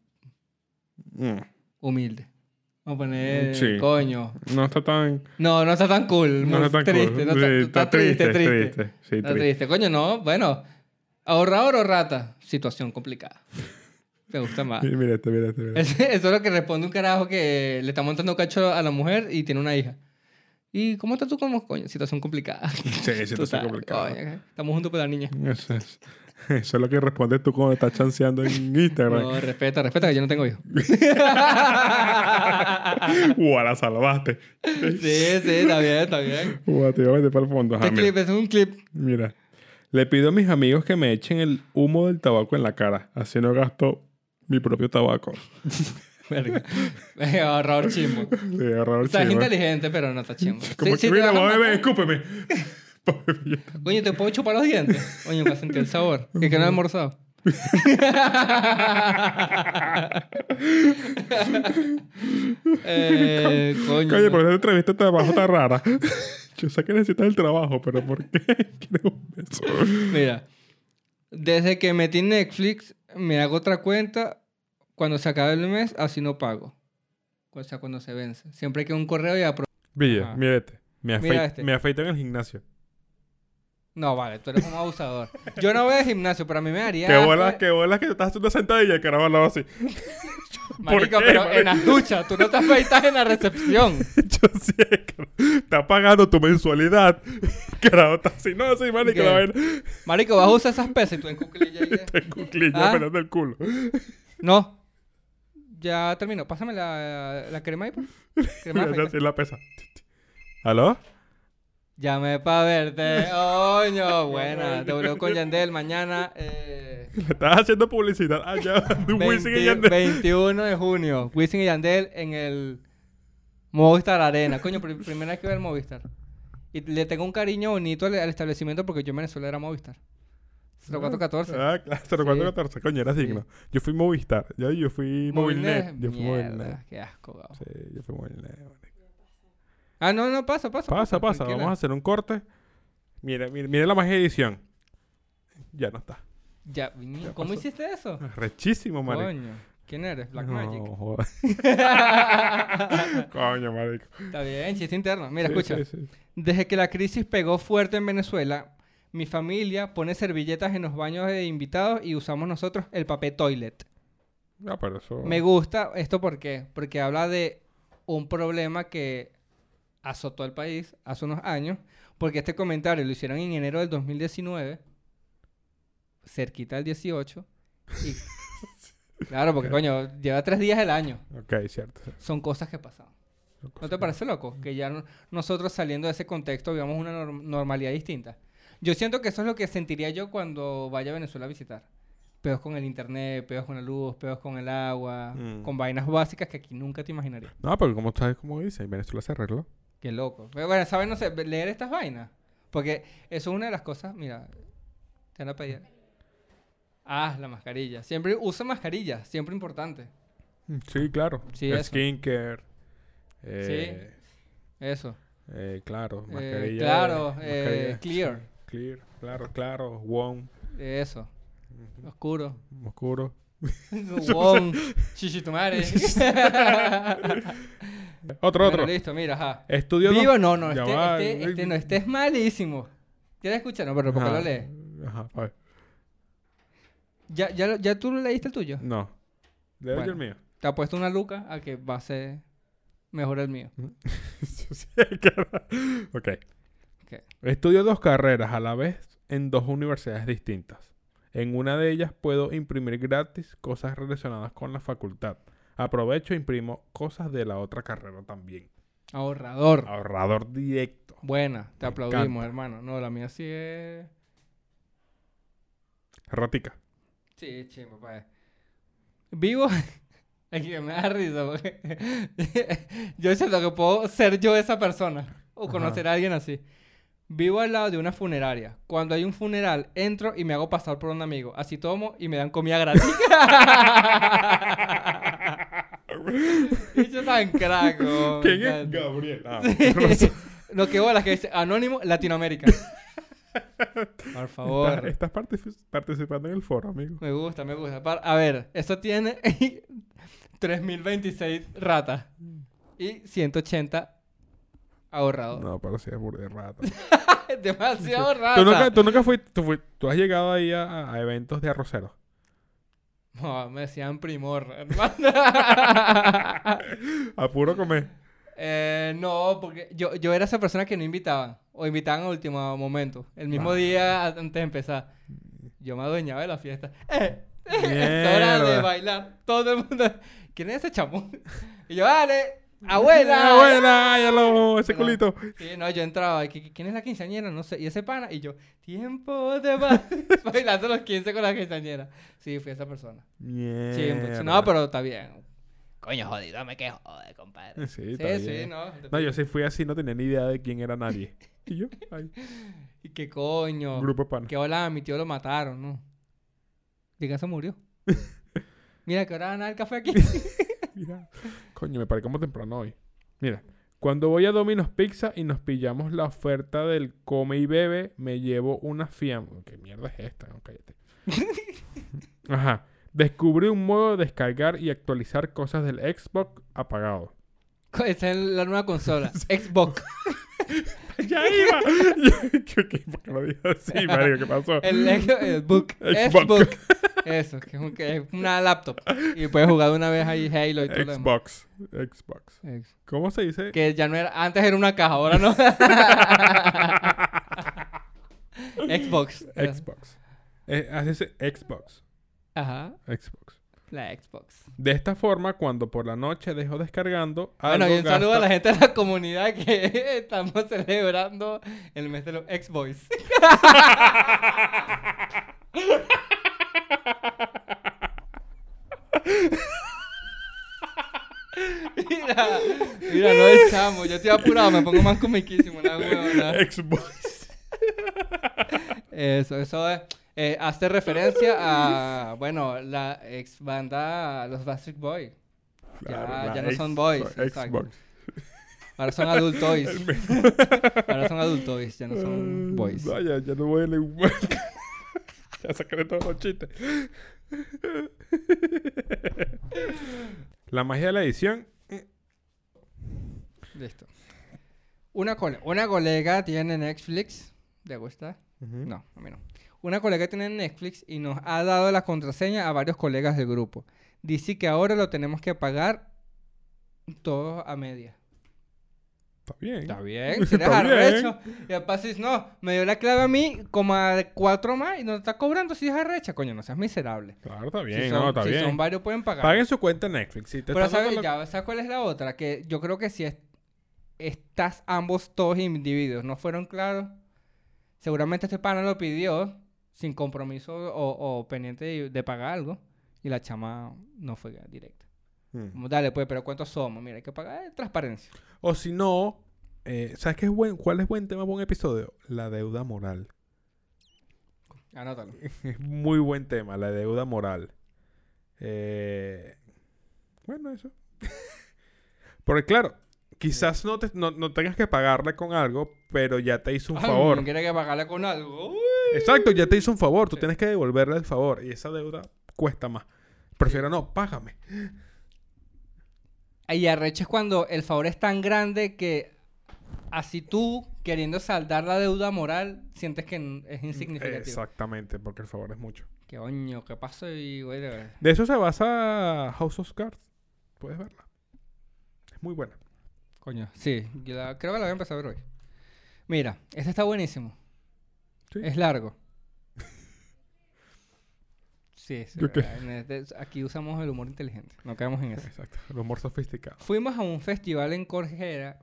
[SPEAKER 1] Mm.
[SPEAKER 2] humilde. Vamos a poner.
[SPEAKER 1] Sí.
[SPEAKER 2] Coño.
[SPEAKER 1] No está tan.
[SPEAKER 2] No, no está tan cool.
[SPEAKER 1] No
[SPEAKER 2] muy
[SPEAKER 1] está tan cool.
[SPEAKER 2] triste, no está,
[SPEAKER 1] Sí,
[SPEAKER 2] está triste, triste.
[SPEAKER 1] Sí,
[SPEAKER 2] Está
[SPEAKER 1] triste.
[SPEAKER 2] triste. Coño, no. Bueno, ahorrador o rata. Situación complicada. Me gusta más.
[SPEAKER 1] Sí, Mira este, mira este, mira este.
[SPEAKER 2] Eso es lo que responde un carajo que le está montando cacho a la mujer y tiene una hija. ¿Y cómo estás tú como coño? Situación complicada.
[SPEAKER 1] Sí, sí,
[SPEAKER 2] *laughs* Tú
[SPEAKER 1] está
[SPEAKER 2] sabes,
[SPEAKER 1] complicado.
[SPEAKER 2] coño, estamos juntos para la niña.
[SPEAKER 1] Eso es, eso es lo que respondes tú cuando estás chanceando
[SPEAKER 2] *laughs*
[SPEAKER 1] en Instagram. *laughs*
[SPEAKER 2] No, respeta, respeta que yo no tengo hijos.
[SPEAKER 1] Ua, la salvaste.
[SPEAKER 2] sí, sí, está bien, está bien.
[SPEAKER 1] Ua, te iba a meter para el fondo. Ajá,
[SPEAKER 2] Este
[SPEAKER 1] Ah, mira.
[SPEAKER 2] clip es un clip.
[SPEAKER 1] Mira. Le pido a mis amigos que me echen el humo del tabaco en la cara. Así no gasto mi propio tabaco.
[SPEAKER 2] Verga. Ahorrador chimbo.
[SPEAKER 1] Sí, agarrado el
[SPEAKER 2] O sea, es
[SPEAKER 1] chivo.
[SPEAKER 2] inteligente, pero no está chimbo.
[SPEAKER 1] *laughs* Como que,
[SPEAKER 2] Sí, sí, te
[SPEAKER 1] mira,
[SPEAKER 2] vas a
[SPEAKER 1] voy a beber,
[SPEAKER 2] matar.
[SPEAKER 1] escúpeme.
[SPEAKER 2] *laughs*
[SPEAKER 1] *laughs* Pobre-
[SPEAKER 2] Coño, ¿te puedo chupar los dientes? Coño, para sentir el sabor.
[SPEAKER 1] *laughs*
[SPEAKER 2] Que que no he almorzado. *laughs*
[SPEAKER 1] *laughs*
[SPEAKER 2] eh, coño.
[SPEAKER 1] Coño, pero esta entrevista de trabajo está rara. *laughs* Yo sé que necesitas el trabajo, pero ¿por qué *laughs* quieres un beso?
[SPEAKER 2] Mira, desde que metí Netflix, me hago otra cuenta. Cuando se acabe el mes, así no pago. O sea, cuando se vence. Siempre que un correo y apro...
[SPEAKER 1] Villa,
[SPEAKER 2] Ajá.
[SPEAKER 1] mira este. Me,
[SPEAKER 2] Mira
[SPEAKER 1] afei-
[SPEAKER 2] este.
[SPEAKER 1] me afeito en el gimnasio.
[SPEAKER 2] No, vale, tú eres un abusador. Yo no voy al gimnasio, pero a mí me daría...
[SPEAKER 1] Qué
[SPEAKER 2] asco-
[SPEAKER 1] bolas, qué bolas que te estás haciendo sentadilla y el carajo al lado así. *laughs*
[SPEAKER 2] Marico,
[SPEAKER 1] qué,
[SPEAKER 2] pero
[SPEAKER 1] marico?
[SPEAKER 2] en las duchas. Tú no te afeitas en la recepción.
[SPEAKER 1] Yo sí, carajo. Está pagando tu mensualidad. *laughs* Carajo, está así. No, sí, man, y que
[SPEAKER 2] ¿Qué?
[SPEAKER 1] la vaina.
[SPEAKER 2] Marico, vas a usar esas pesas y tú en
[SPEAKER 1] *laughs*
[SPEAKER 2] cuclilla ahí de-
[SPEAKER 1] Está en cuclillas
[SPEAKER 2] Ah.
[SPEAKER 1] pelando el culo.
[SPEAKER 2] No. Ya termino. Pásame la, la crema ahí, por favor. Crema
[SPEAKER 1] *laughs* Mira,
[SPEAKER 2] afeita.
[SPEAKER 1] así la pesa. ¿Aló?
[SPEAKER 2] Llamé para verte. Oño, buena. Te volveo con Yandel mañana. Eh,
[SPEAKER 1] Le estás haciendo publicidad Ah, *laughs* allá de un Wisin y
[SPEAKER 2] 20
[SPEAKER 1] Yandel.
[SPEAKER 2] 21 de junio. Wisin y Yandel en el Movistar Arena. Coño, pri- primera vez que veo el Movistar. Y le tengo un cariño bonito al, al establecimiento porque yo en Venezuela era Movistar. 0414.
[SPEAKER 1] Ah, claro, 0414, coño, era signo. Yo fui Movistar, yo, yo fui Movilnet. Yo fui
[SPEAKER 2] Mierda,
[SPEAKER 1] Movilnet.
[SPEAKER 2] Qué asco, gabo.
[SPEAKER 1] Sí, yo fui Movilnet. marico.
[SPEAKER 2] Ah, no, no, pasa, pasa.
[SPEAKER 1] Pasa, pasa,
[SPEAKER 2] tranquila.
[SPEAKER 1] vamos a hacer un corte. Mira, mira, mira la magia de edición. Ya no está.
[SPEAKER 2] Ya, viñi-
[SPEAKER 1] Ya
[SPEAKER 2] ¿cómo
[SPEAKER 1] pasó.
[SPEAKER 2] hiciste eso?
[SPEAKER 1] Rechísimo, marico.
[SPEAKER 2] Coño, ¿quién eres? Black
[SPEAKER 1] no, *laughs*
[SPEAKER 2] Magic.
[SPEAKER 1] joder. Coño, marico.
[SPEAKER 2] Está bien, chiste interno. Mira,
[SPEAKER 1] Sí,
[SPEAKER 2] escucha.
[SPEAKER 1] sí, sí.
[SPEAKER 2] Desde que la crisis pegó fuerte en Venezuela, mi familia pone servilletas en los baños de invitados y usamos nosotros el papel toilet.
[SPEAKER 1] No, pero eso...
[SPEAKER 2] Me gusta esto ¿por qué? porque habla de un problema que azotó al país hace unos años, porque este comentario lo hicieron en enero del 2019, cerquita del 18, y... claro, porque
[SPEAKER 1] Ok.
[SPEAKER 2] coño, lleva tres días el año,
[SPEAKER 1] Ok, cierto.
[SPEAKER 2] son cosas que pasan. ¿No te parece loco? Que ya no- nosotros saliendo de ese contexto vivamos una norm- normalidad distinta. Yo siento que eso es lo que sentiría yo cuando vaya a Venezuela a visitar. Peos con el internet, peos con la luz, peos con el agua,
[SPEAKER 1] Mm.
[SPEAKER 2] con vainas básicas que aquí nunca te imaginarías.
[SPEAKER 1] No, pero como sabes cómo dice, en Venezuela se arregló.
[SPEAKER 2] Qué loco. Pero bueno, ¿sabes? No sé, leer estas vainas. Porque eso es una de las cosas, mira, te van a pedir. Ah, la mascarilla. Siempre usa mascarilla, siempre importante.
[SPEAKER 1] Sí, claro.
[SPEAKER 2] Mm. Sí, eso.
[SPEAKER 1] Skincare. Eh,
[SPEAKER 2] Eso.
[SPEAKER 1] eh, claro,
[SPEAKER 2] Eh,
[SPEAKER 1] mascarilla.
[SPEAKER 2] claro, eh,
[SPEAKER 1] mascarilla.
[SPEAKER 2] clear.
[SPEAKER 1] Clear, claro, claro. Wong,
[SPEAKER 2] Eso. Oscuro.
[SPEAKER 1] oscuro. *laughs*
[SPEAKER 2] Wong, *laughs* chichi tu madre.
[SPEAKER 1] Otro,
[SPEAKER 2] Bueno,
[SPEAKER 1] otro.
[SPEAKER 2] listo, mira, ajá.
[SPEAKER 1] Estudio
[SPEAKER 2] Vivo,
[SPEAKER 1] dos-
[SPEAKER 2] no, no,
[SPEAKER 1] Ya
[SPEAKER 2] este,
[SPEAKER 1] va,
[SPEAKER 2] este,
[SPEAKER 1] eh,
[SPEAKER 2] este no, este es malísimo. ¿Quieres escuchar? No, pero ¿por qué
[SPEAKER 1] ajá,
[SPEAKER 2] lo lees?
[SPEAKER 1] Ajá, a ver.
[SPEAKER 2] ¿Ya, ya, lo- ya tú lo leíste el tuyo?
[SPEAKER 1] No. Leo yo
[SPEAKER 2] Bueno.
[SPEAKER 1] el mío. *laughs*
[SPEAKER 2] Te ha puesto una luca a que va a ser mejor el mío.
[SPEAKER 1] Sí, cara. ok.
[SPEAKER 2] Ok.
[SPEAKER 1] Estudio dos carreras a la vez en dos universidades distintas. En una de ellas puedo imprimir gratis cosas relacionadas con la facultad. Aprovecho e imprimo cosas de la otra carrera también.
[SPEAKER 2] Ahorrador.
[SPEAKER 1] Ahorrador directo.
[SPEAKER 2] Buena, te
[SPEAKER 1] Ah, Me
[SPEAKER 2] aplaudimos,
[SPEAKER 1] encanta.
[SPEAKER 2] hermano. No, la mía sí es...
[SPEAKER 1] Ratica.
[SPEAKER 2] *laughs* Sí, sí, papá. Vivo... *laughs* Aquí me da risa *laughs* porque... yo siento que puedo ser yo esa persona. O
[SPEAKER 1] Ajá.
[SPEAKER 2] conocer a alguien así. Vivo al lado de una funeraria. Cuando hay un funeral, entro y me hago pasar por un amigo. Así tomo y me dan comida gratis. *laughs* Bicho tan crack, weón.
[SPEAKER 1] ¿Quién es?
[SPEAKER 2] Tal.
[SPEAKER 1] Gabriel. Ah, *laughs*
[SPEAKER 2] Lo que bola que dice Anónimo Latinoamérica. Por
[SPEAKER 1] Estás,
[SPEAKER 2] favor.
[SPEAKER 1] estás partic- participando en el foro, amigo.
[SPEAKER 2] Me gusta, me gusta. Par- A ver, esto tiene *laughs* 3026 ratas y 180 ahorrados.
[SPEAKER 1] No, pero sí es burda de
[SPEAKER 2] *laughs*
[SPEAKER 1] rata.
[SPEAKER 2] Demasiado
[SPEAKER 1] ¿Tú nunca,
[SPEAKER 2] ratas.
[SPEAKER 1] tú nunca fuiste, tú, fuiste- tú has llegado ahí a, a eventos de arroceros.
[SPEAKER 2] No, me decían primor, hermano.
[SPEAKER 1] A puro comer.
[SPEAKER 2] *laughs* Eh, no, porque yo, yo era esa persona que no invitaban. O invitaban a último momento. El mismo
[SPEAKER 1] Ah.
[SPEAKER 2] día a- antes de empezar. Yo me adueñaba de la fiesta. *laughs* ¡Eh! *laughs* Es hora de
[SPEAKER 1] Mierda.
[SPEAKER 2] bailar. Todo el mundo. ¿Quién es ese chamón? *laughs* Y yo, vale, abuela.
[SPEAKER 1] ¡Abuela! ¡Ya lo! ¡Ese
[SPEAKER 2] No.
[SPEAKER 1] culito!
[SPEAKER 2] Sí, no, yo entraba. y que- que- ¿Quién es la quinceañera? No sé. Y ese pana. Y yo, tiempo de *laughs* ba- bailando los 15 con la quinceañera. Sí, fui esa persona. Sí, pues,
[SPEAKER 1] Mierda.
[SPEAKER 2] no, pero está bien. Coño, jodido, me que jode, compadre.
[SPEAKER 1] Sí, está
[SPEAKER 2] sí,
[SPEAKER 1] bien.
[SPEAKER 2] no.
[SPEAKER 1] No, yo sí fui así, no tenía ni idea de quién era nadie. Y yo, ay,
[SPEAKER 2] ¿Y qué coño?
[SPEAKER 1] grupo de pana.
[SPEAKER 2] Que hola, mi tío lo mataron, ¿no? Diga,
[SPEAKER 1] *laughs*
[SPEAKER 2] se murió. Mira, que ahora van a dar café aquí.
[SPEAKER 1] Mira. Coño, me paré como temprano hoy. Mira, cuando voy a Domino's Pizza y nos pillamos la oferta del come y bebe, me llevo una fiambre. ¿Qué mierda es esta? No, *laughs* cállate. Ajá. Descubrí un modo de descargar y actualizar cosas del Xbox apagado.
[SPEAKER 2] Co- Esta es la nueva consola, Xbox.
[SPEAKER 1] *laughs* ¡Ya iba! *laughs* Yo, ¿qué? ¿Por qué lo dije así, marico? ¿Qué pasó?
[SPEAKER 2] El, ex- el book.
[SPEAKER 1] *laughs* Xbox.
[SPEAKER 2] Xbox. Eso, que es, un- que es una laptop. Y puedes jugar una vez ahí Halo y todo lo demás.
[SPEAKER 1] Xbox. Xbox.
[SPEAKER 2] Ex-
[SPEAKER 1] ¿Cómo se dice?
[SPEAKER 2] *laughs* Que ya no era... Antes era una caja, ahora no. Xbox.
[SPEAKER 1] *laughs* Xbox. Eh, así se- Xbox.
[SPEAKER 2] Ajá,
[SPEAKER 1] Xbox.
[SPEAKER 2] la Xbox.
[SPEAKER 1] De esta forma, cuando por la noche dejo descargando,
[SPEAKER 2] Bueno, y
[SPEAKER 1] algo
[SPEAKER 2] un saludo a
[SPEAKER 1] gasto-
[SPEAKER 2] la gente de la comunidad que *laughs* estamos celebrando el mes de los ex-boys. *laughs* mira, mira, no echamos. Yo estoy apurado, me pongo más comiquísimo, la huevona.
[SPEAKER 1] *laughs* Xbox.
[SPEAKER 2] Eso, eso es. eh, hace referencia a, bueno, la ex banda Los Basic Boys. Ya-
[SPEAKER 1] la
[SPEAKER 2] ya no son
[SPEAKER 1] Xbox-
[SPEAKER 2] boys, exacto.
[SPEAKER 1] Xbox.
[SPEAKER 2] Ahora son adultois. Ahora son adultois, ya
[SPEAKER 1] *laughs*
[SPEAKER 2] no son boys.
[SPEAKER 1] Vaya, ya no voy a leer. *laughs* ya sacaré todos los chistes. la magia de la edición.
[SPEAKER 2] Listo. Una, cole- una colega tiene Netflix. ¿Le gusta? No, a mí no. Una colega tiene Netflix y nos ha dado la contraseña a varios colegas del grupo. Dice que ahora lo tenemos que pagar todos a media.
[SPEAKER 1] Está bien. *laughs*
[SPEAKER 2] Está bien, si eres
[SPEAKER 1] Está bien.
[SPEAKER 2] arrecho. Y el pasis, no, me dio la clave a mí como a cuatro más y nos está cobrando si es arrecha. Coño, no seas miserable.
[SPEAKER 1] Claro, está
[SPEAKER 2] Si
[SPEAKER 1] bien.
[SPEAKER 2] son-
[SPEAKER 1] no, está
[SPEAKER 2] si
[SPEAKER 1] bien.
[SPEAKER 2] son varios pueden pagar.
[SPEAKER 1] Paguen su cuenta en Netflix. Si te
[SPEAKER 2] Pero
[SPEAKER 1] están
[SPEAKER 2] ¿sabes,
[SPEAKER 1] dando la-
[SPEAKER 2] ya, ¿sabes cuál es la otra? Que yo creo que si es- estás ambos todos individuos, no fueron claros, seguramente este pana lo pidió sin compromiso o, o pendiente de, de pagar algo y la chama no fue directa.
[SPEAKER 1] Mm.
[SPEAKER 2] Como, Dale, pues, pero ¿cuántos somos? Mira, hay que pagar eh, transparencia.
[SPEAKER 1] O si no, eh, ¿sabes qué es buen, cuál es buen tema para un episodio? La deuda moral.
[SPEAKER 2] Anótalo.
[SPEAKER 1] Es muy buen tema, la deuda moral. Eh, bueno, eso. *laughs* Porque claro, quizás no, te- no, no tengas que pagarle con algo, pero ya te hizo un favor.
[SPEAKER 2] ¿Quiere que pagarle con algo? Uy.
[SPEAKER 1] Exacto, ya te hizo un favor, tú
[SPEAKER 2] Sí.
[SPEAKER 1] tienes que devolverle el favor y esa deuda cuesta más. Prefiero no, págame.
[SPEAKER 2] Y arrecho es cuando el favor es tan grande que así tú, queriendo saldar la deuda moral, sientes que n-
[SPEAKER 1] Mm,
[SPEAKER 2] es insignificativo.
[SPEAKER 1] Exactamente, porque el favor es mucho.
[SPEAKER 2] ¿Qué oño? ¿Qué pasó? Y, güey,
[SPEAKER 1] De eso se basa House of Cards. Puedes verla. Es muy buena.
[SPEAKER 2] Coño, sí, yo la- creo que la voy a empezar a ver hoy. Mira, este está buenísimo.
[SPEAKER 1] Sí.
[SPEAKER 2] Es largo. sí, sí.
[SPEAKER 1] Ok.
[SPEAKER 2] en este- aquí usamos el humor inteligente. No quedamos en eso.
[SPEAKER 1] Exacto. El humor sofisticado.
[SPEAKER 2] Fuimos a un festival en Corjera.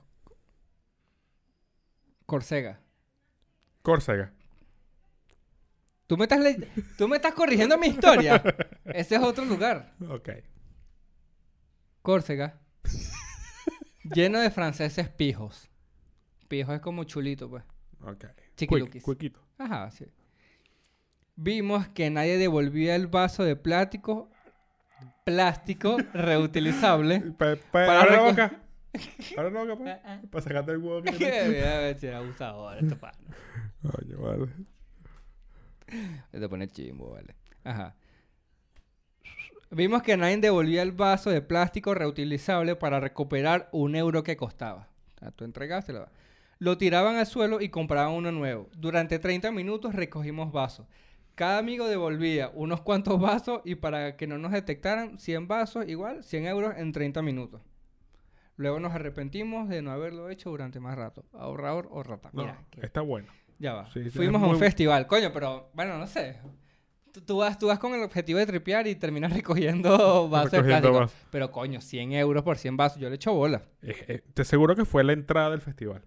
[SPEAKER 2] Corsega.
[SPEAKER 1] Córcega.
[SPEAKER 2] ¿Tú me estás, le- ¿Tú me estás corrigiendo mi historia? Ese es otro lugar.
[SPEAKER 1] Ok.
[SPEAKER 2] Córcega. lleno de franceses pijos. Pijos es como chulito, pues.
[SPEAKER 1] Ok.
[SPEAKER 2] Chiquiluquis.
[SPEAKER 1] Cuequito.
[SPEAKER 2] Ajá, sí. Vimos que nadie devolvía el vaso de plástico, plástico reutilizable. Para
[SPEAKER 1] para la
[SPEAKER 2] reco-
[SPEAKER 1] boca. Para la boca, pues.
[SPEAKER 2] *laughs*
[SPEAKER 1] pa. Para sacarte el huevo. que tenés.
[SPEAKER 2] Ser abusador, esto pa-
[SPEAKER 1] Oye, vale.
[SPEAKER 2] Te pone chimbo, vale. Ajá. Vimos que nadie devolvía el vaso de plástico reutilizable para recuperar un euro que costaba. O sea, tú entregaste la- Lo tiraban al suelo y compraban uno nuevo. Durante 30 minutos recogimos vasos. Cada amigo devolvía unos cuantos vasos y para que no nos detectaran, 100 vasos igual, 100 euros en 30 minutos. Luego nos arrepentimos de no haberlo hecho durante más rato. Ahorrador o rata.
[SPEAKER 1] No,
[SPEAKER 2] Mira, qué
[SPEAKER 1] está bueno.
[SPEAKER 2] ya va.
[SPEAKER 1] Sí, sí,
[SPEAKER 2] Fuimos
[SPEAKER 1] es
[SPEAKER 2] a un
[SPEAKER 1] muy bu-
[SPEAKER 2] festival, coño, pero bueno, no sé. Tú, tú vas, tú vas con el objetivo de tripear y terminas *laughs* recogiendo vasos de
[SPEAKER 1] Recogiendo
[SPEAKER 2] plástico.
[SPEAKER 1] vasos.
[SPEAKER 2] Pero coño, 100 euros por 100 vasos, yo le echo bola.
[SPEAKER 1] Eh, eh, te aseguro que fue la entrada del festival.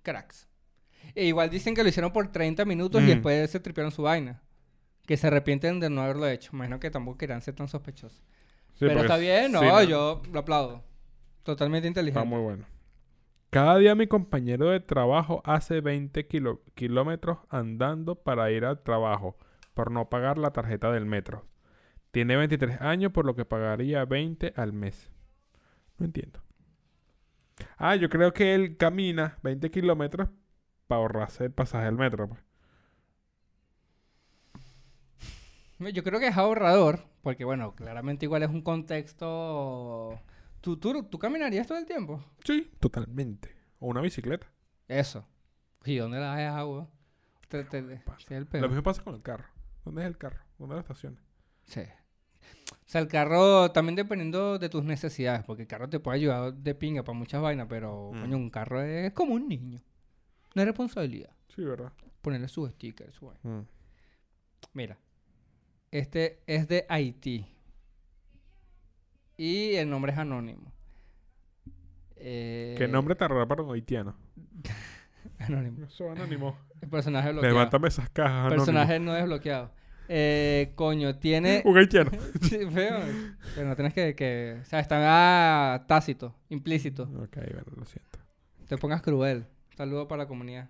[SPEAKER 2] Cracks. E igual dicen que lo hicieron por 30 minutos y
[SPEAKER 1] Mm.
[SPEAKER 2] después se tripearon su vaina. Que se arrepienten de no haberlo hecho. Imagino que tampoco querían ser tan sospechosos.
[SPEAKER 1] Sí,
[SPEAKER 2] pero
[SPEAKER 1] porque
[SPEAKER 2] está bien,
[SPEAKER 1] sí,
[SPEAKER 2] no, yo lo aplaudo. Totalmente inteligente.
[SPEAKER 1] Está muy bueno. Cada día mi compañero de trabajo hace 20 kilo- kilómetros andando para ir al trabajo por no pagar la tarjeta del metro. Tiene 23 años por lo que pagaría 20 al mes. No entiendo. Ah, yo creo que él camina 20 kilómetros para ahorrarse el pasaje del metro. pues.
[SPEAKER 2] Yo creo que es ahorrador, porque bueno, claramente igual es un contexto... ¿Tú, tú, tú caminarías todo el tiempo?
[SPEAKER 1] Sí, totalmente. O una bicicleta.
[SPEAKER 2] Eso. ¿Y dónde la dejas, agua? Te, te-
[SPEAKER 1] pasa.
[SPEAKER 2] sí, el pedo.
[SPEAKER 1] Lo mismo pasa con el carro. ¿Dónde es el carro? ¿Dónde lo estacionas?
[SPEAKER 2] Sí. O sea, el carro también dependiendo de tus necesidades, porque el carro te puede ayudar de pinga para muchas vainas, pero
[SPEAKER 1] Mm.
[SPEAKER 2] coño, un carro es como un niño. No es responsabilidad.
[SPEAKER 1] Sí, ¿verdad?
[SPEAKER 2] Ponerle sus stickers, su vaina.
[SPEAKER 1] Mm.
[SPEAKER 2] Mira, este es de Haití. Y el nombre es anónimo. Eh,
[SPEAKER 1] ¿Qué nombre tan raro para un haitiano?
[SPEAKER 2] Anónimo.
[SPEAKER 1] Eso anónimo.
[SPEAKER 2] El personaje bloqueado.
[SPEAKER 1] Levántame esas cajas. anónimo.
[SPEAKER 2] personaje no desbloqueado. Eh, coño, tiene.
[SPEAKER 1] Un
[SPEAKER 2] *laughs*
[SPEAKER 1] haitiano.
[SPEAKER 2] Sí, feo. Pero no tienes que, que- O sea, están ah, tácito, implícito.
[SPEAKER 1] ok, bueno, lo siento.
[SPEAKER 2] Te pongas cruel. Saludo para la comunidad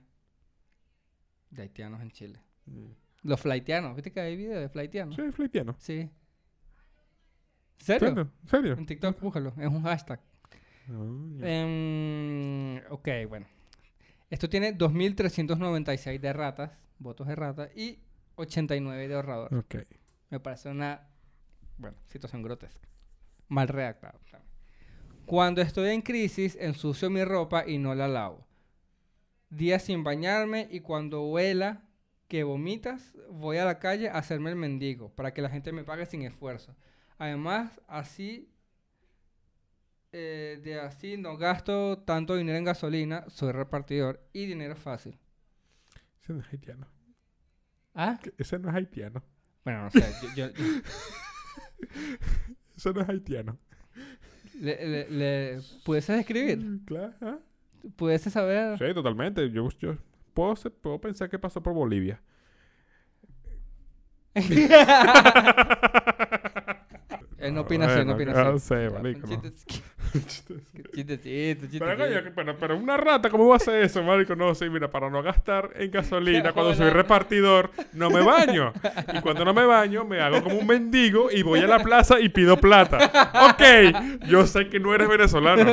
[SPEAKER 2] de haitianos en Chile. Los flaitianos. ¿Viste que hay videos de flaitianos?
[SPEAKER 1] Sí, es haitiano.
[SPEAKER 2] Sí. ¿Serio?
[SPEAKER 1] ¿Serio? ¿Serio? Ah,
[SPEAKER 2] En TikTok, búscalo. Es un hashtag.
[SPEAKER 1] Coño.
[SPEAKER 2] Em, ok, bueno. Esto tiene 2.396 de ratas, votos de rata, y 89 de ahorrador.
[SPEAKER 1] ok.
[SPEAKER 2] Me parece una bueno, situación grotesca. Mal redactado. claro. Cuando estoy en crisis, ensucio mi ropa y no la lavo. Días sin bañarme y cuando huela que vomitas, voy a la calle a hacerme el mendigo para que la gente me pague sin esfuerzo. Además, así eh, de así no gasto tanto dinero en gasolina, soy repartidor y dinero fácil.
[SPEAKER 1] Ese no es haitiano.
[SPEAKER 2] ¿Ah?
[SPEAKER 1] ¿Qué? Ese no es haitiano. *laughs*
[SPEAKER 2] Bueno, no sé. yo- yo- yo-
[SPEAKER 1] Ese no es haitiano.
[SPEAKER 2] le, le- le- ¿Pudieses escribir?
[SPEAKER 1] Claro. ah.
[SPEAKER 2] pudiese saber.
[SPEAKER 1] Sí, totalmente. Yo, yo puedo, ser- puedo pensar que pasó por Bolivia.
[SPEAKER 2] *laughs*
[SPEAKER 1] *laughs*
[SPEAKER 2] él no opina así, él no
[SPEAKER 1] Bueno,
[SPEAKER 2] opina
[SPEAKER 1] no
[SPEAKER 2] así.
[SPEAKER 1] sé,
[SPEAKER 2] Ya,
[SPEAKER 1] marico,
[SPEAKER 2] un
[SPEAKER 1] no.
[SPEAKER 2] chiste-
[SPEAKER 1] *laughs*
[SPEAKER 2] *laughs* Chiste, chiste, chiste.
[SPEAKER 1] Pero, coño,
[SPEAKER 2] chiste.
[SPEAKER 1] que- pero, pero una rata, ¿cómo va a hacer eso, marico? No sé, mira, para no gastar en gasolina, cuando soy
[SPEAKER 2] Hola.
[SPEAKER 1] repartidor, no me baño. Y cuando no me baño, me hago como un mendigo y voy a la plaza y pido plata. Ok, yo sé que no eres
[SPEAKER 2] *laughs*
[SPEAKER 1] venezolano.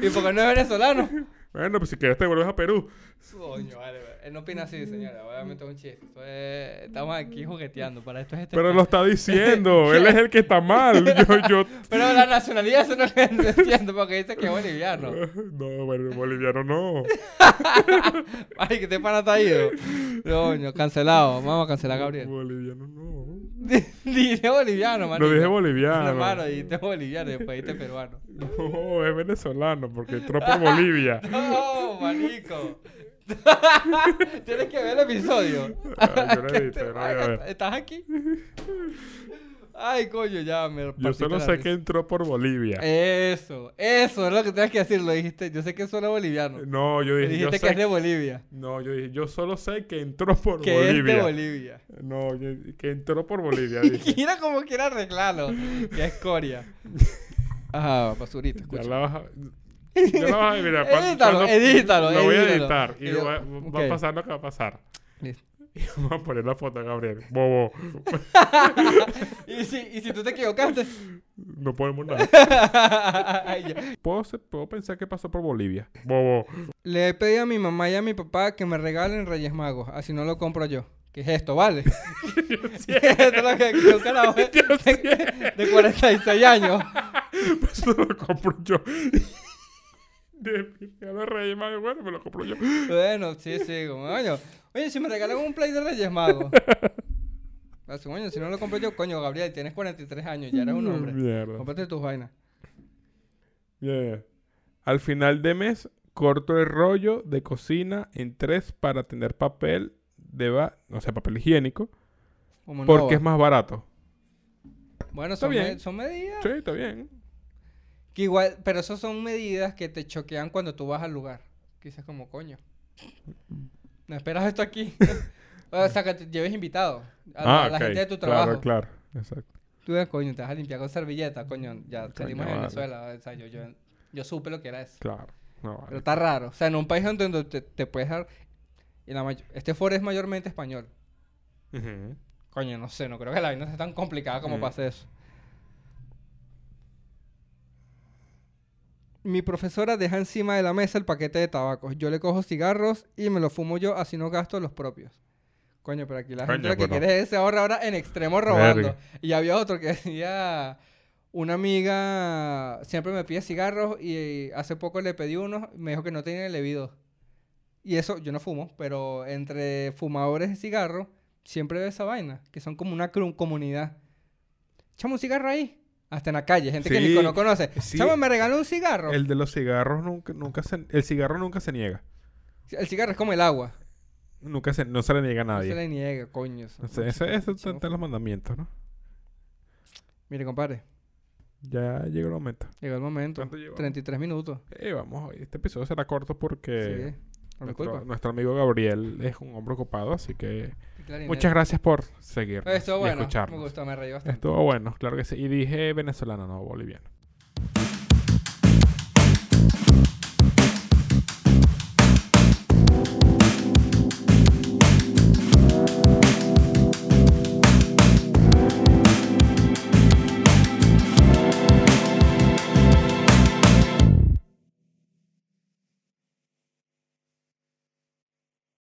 [SPEAKER 2] ¿Y porque no es venezolano?
[SPEAKER 1] *laughs* bueno, pues si quieres te vuelves a Perú.
[SPEAKER 2] Coño, vale, vale. Él no opina así, señora. Obviamente es un chiste. Esto es- Estamos aquí jugueteando. Para esto es este.
[SPEAKER 1] Pero lo
[SPEAKER 2] *laughs*
[SPEAKER 1] está diciendo, él es el que está mal. Yo, yo...
[SPEAKER 2] Pero la nacionalidad eso no *laughs* lo entiendo porque dice que es boliviano.
[SPEAKER 1] *laughs* No, bueno, boliviano no.
[SPEAKER 2] Ay, que te pana está ido. Coño, cancelado. Vamos a cancelar a Gabriel. *laughs*
[SPEAKER 1] Boliviano no.
[SPEAKER 2] Dije boliviano, mano.
[SPEAKER 1] Lo dije boliviano.
[SPEAKER 2] Hermano, dijiste boliviano y después dijiste peruano.
[SPEAKER 1] No, es venezolano porque entró por
[SPEAKER 2] *laughs*
[SPEAKER 1] Bolivia.
[SPEAKER 2] No,
[SPEAKER 1] *laughs*
[SPEAKER 2] marico. Tienes que ver el episodio.
[SPEAKER 1] Ah, yo no he
[SPEAKER 2] *laughs* Que
[SPEAKER 1] visto, yo
[SPEAKER 2] te
[SPEAKER 1] no voy a
[SPEAKER 2] vaya,
[SPEAKER 1] ver.
[SPEAKER 2] ¿Estás aquí? Ay, coño, ya me
[SPEAKER 1] Yo
[SPEAKER 2] partiste
[SPEAKER 1] solo
[SPEAKER 2] la
[SPEAKER 1] sé
[SPEAKER 2] risa.
[SPEAKER 1] que entró por Bolivia.
[SPEAKER 2] Eh, Eso, eso es lo que tenías que decir, lo dijiste. Yo sé que suena boliviano.
[SPEAKER 1] no, Eh, yo dije, yo
[SPEAKER 2] dijiste que
[SPEAKER 1] sé
[SPEAKER 2] es de Bolivia.
[SPEAKER 1] No, yo dije, yo solo sé que entró por
[SPEAKER 2] Que
[SPEAKER 1] Bolivia.
[SPEAKER 2] es de Bolivia.
[SPEAKER 1] No, yo- que entró por Bolivia, dije.
[SPEAKER 2] *laughs* Mira
[SPEAKER 1] *laughs*
[SPEAKER 2] como quiera arreglarlo. Que es Coria. Ajá, basurita,
[SPEAKER 1] ya
[SPEAKER 2] escucha.
[SPEAKER 1] la vas a- Yo lo voy a mira, cuan-
[SPEAKER 2] Edítalo,
[SPEAKER 1] cuando-
[SPEAKER 2] edítalo,
[SPEAKER 1] Lo voy a
[SPEAKER 2] edítalo.
[SPEAKER 1] editar. Y
[SPEAKER 2] Yo-
[SPEAKER 1] va, va
[SPEAKER 2] ok.
[SPEAKER 1] a pasar lo que va a pasar. *laughs*
[SPEAKER 2] Listo.
[SPEAKER 1] Y vamos a poner la foto de Gabriel. Bobo. *laughs*
[SPEAKER 2] ¿Y, si, y si tú
[SPEAKER 1] *laughs*
[SPEAKER 2] te equivocaste. *laughs*
[SPEAKER 1] No podemos nada.
[SPEAKER 2] Ay, ya.
[SPEAKER 1] Puedo, ser- puedo pensar que pasó por Bolivia. Bobo. *laughs*
[SPEAKER 2] Le he pedido a mi mamá y a mi papá que me regalen Reyes Magos, así no lo compro yo. ¿Qué es esto, vale? *laughs* Esto es lo que que un carajo
[SPEAKER 1] *laughs*
[SPEAKER 2] ¿eh? *laughs* de, de, 46 años.
[SPEAKER 1] *laughs* Eso lo compro yo. *laughs* De ya los Reyes Magos, bueno, me lo compro yo.
[SPEAKER 2] Bueno, sí, sí, como, coño. Oye, si me regalan un play de
[SPEAKER 1] *laughs*
[SPEAKER 2] Reyes Magos. Así, coño, si no lo compro yo, coño, Gabriel, tienes 43 años, ya eres un hombre.
[SPEAKER 1] Mierda.
[SPEAKER 2] Cómprate tus vainas.
[SPEAKER 1] Yeah. Al final de mes, corto el rollo de cocina en tres para tener papel de ba- o sea, papel higiénico,
[SPEAKER 2] Como no,
[SPEAKER 1] porque
[SPEAKER 2] va.
[SPEAKER 1] es más barato.
[SPEAKER 2] Bueno, son,
[SPEAKER 1] bien.
[SPEAKER 2] me- son medidas.
[SPEAKER 1] Sí, está bien.
[SPEAKER 2] Que igual, pero eso son medidas que te choquean cuando tú vas al lugar. Quizás como coño. No esperas esto aquí.
[SPEAKER 1] *laughs*
[SPEAKER 2] o sea, que te lleves invitado. A, la- a la
[SPEAKER 1] Ah, ok.
[SPEAKER 2] gente de tu trabajo.
[SPEAKER 1] Claro, claro. Exacto.
[SPEAKER 2] Tú ves, coño, te vas a limpiar con servilleta, coño. Ya salimos de
[SPEAKER 1] vale.
[SPEAKER 2] Venezuela. O sea, yo, yo, yo supe lo que era eso.
[SPEAKER 1] Claro. No, vale.
[SPEAKER 2] Pero está raro. O sea, en un país donde donde te, te puedes dar. y la may- este foro es mayormente español.
[SPEAKER 1] Ujú.
[SPEAKER 2] Coño, no sé, no creo que la vaina sea tan complicada como
[SPEAKER 1] Mm.
[SPEAKER 2] pase eso. Mi profesora deja encima de la mesa el paquete de tabacos. Yo le cojo cigarros y me los fumo yo, así no gasto los propios. Coño, pero aquí la
[SPEAKER 1] Coño,
[SPEAKER 2] gente
[SPEAKER 1] pues
[SPEAKER 2] lo que
[SPEAKER 1] bueno.
[SPEAKER 2] quiere es ese ahorra ahora en extremo robando. Y había otro que *laughs* decía, una amiga siempre me pide cigarros y hace poco le pedí unos, me dijo que no tenía el levido. Y eso, yo no fumo, pero entre fumadores de cigarros siempre veo esa vaina, que son como una cru- comunidad. Chama un cigarro ahí. Hasta en la calle, gente que ni
[SPEAKER 1] Sí,
[SPEAKER 2] cono- conoce.
[SPEAKER 1] sí.
[SPEAKER 2] Chama, me regaló un cigarro. El...
[SPEAKER 1] El de los cigarros nunca, nunca se, el cigarro nunca se niega.
[SPEAKER 2] cigarro es como el agua.
[SPEAKER 1] Nunca se, no se le niega a
[SPEAKER 2] No se
[SPEAKER 1] nadie.
[SPEAKER 2] le niega, coño. eso-
[SPEAKER 1] O sea, ese- esos
[SPEAKER 2] chamo.
[SPEAKER 1] están los mandamientos, ¿no?
[SPEAKER 2] Mire, compadre,
[SPEAKER 1] Ya llegó el momento.
[SPEAKER 2] llegó el momento.
[SPEAKER 1] ¿Cuánto llevamos?
[SPEAKER 2] 33 minutos.
[SPEAKER 1] Eh, vamos, este episodio será corto porque
[SPEAKER 2] sí, por mi culpa.
[SPEAKER 1] nuestro, nuestro amigo Gabriel es un hombre ocupado, así que
[SPEAKER 2] Clarinete.
[SPEAKER 1] muchas gracias por seguirnos
[SPEAKER 2] Estuvo
[SPEAKER 1] y
[SPEAKER 2] bueno. Me
[SPEAKER 1] escucharnos.
[SPEAKER 2] gustó, me reí bastante.
[SPEAKER 1] Estuvo bueno, claro que sí. Y dije venezolano, no boliviano.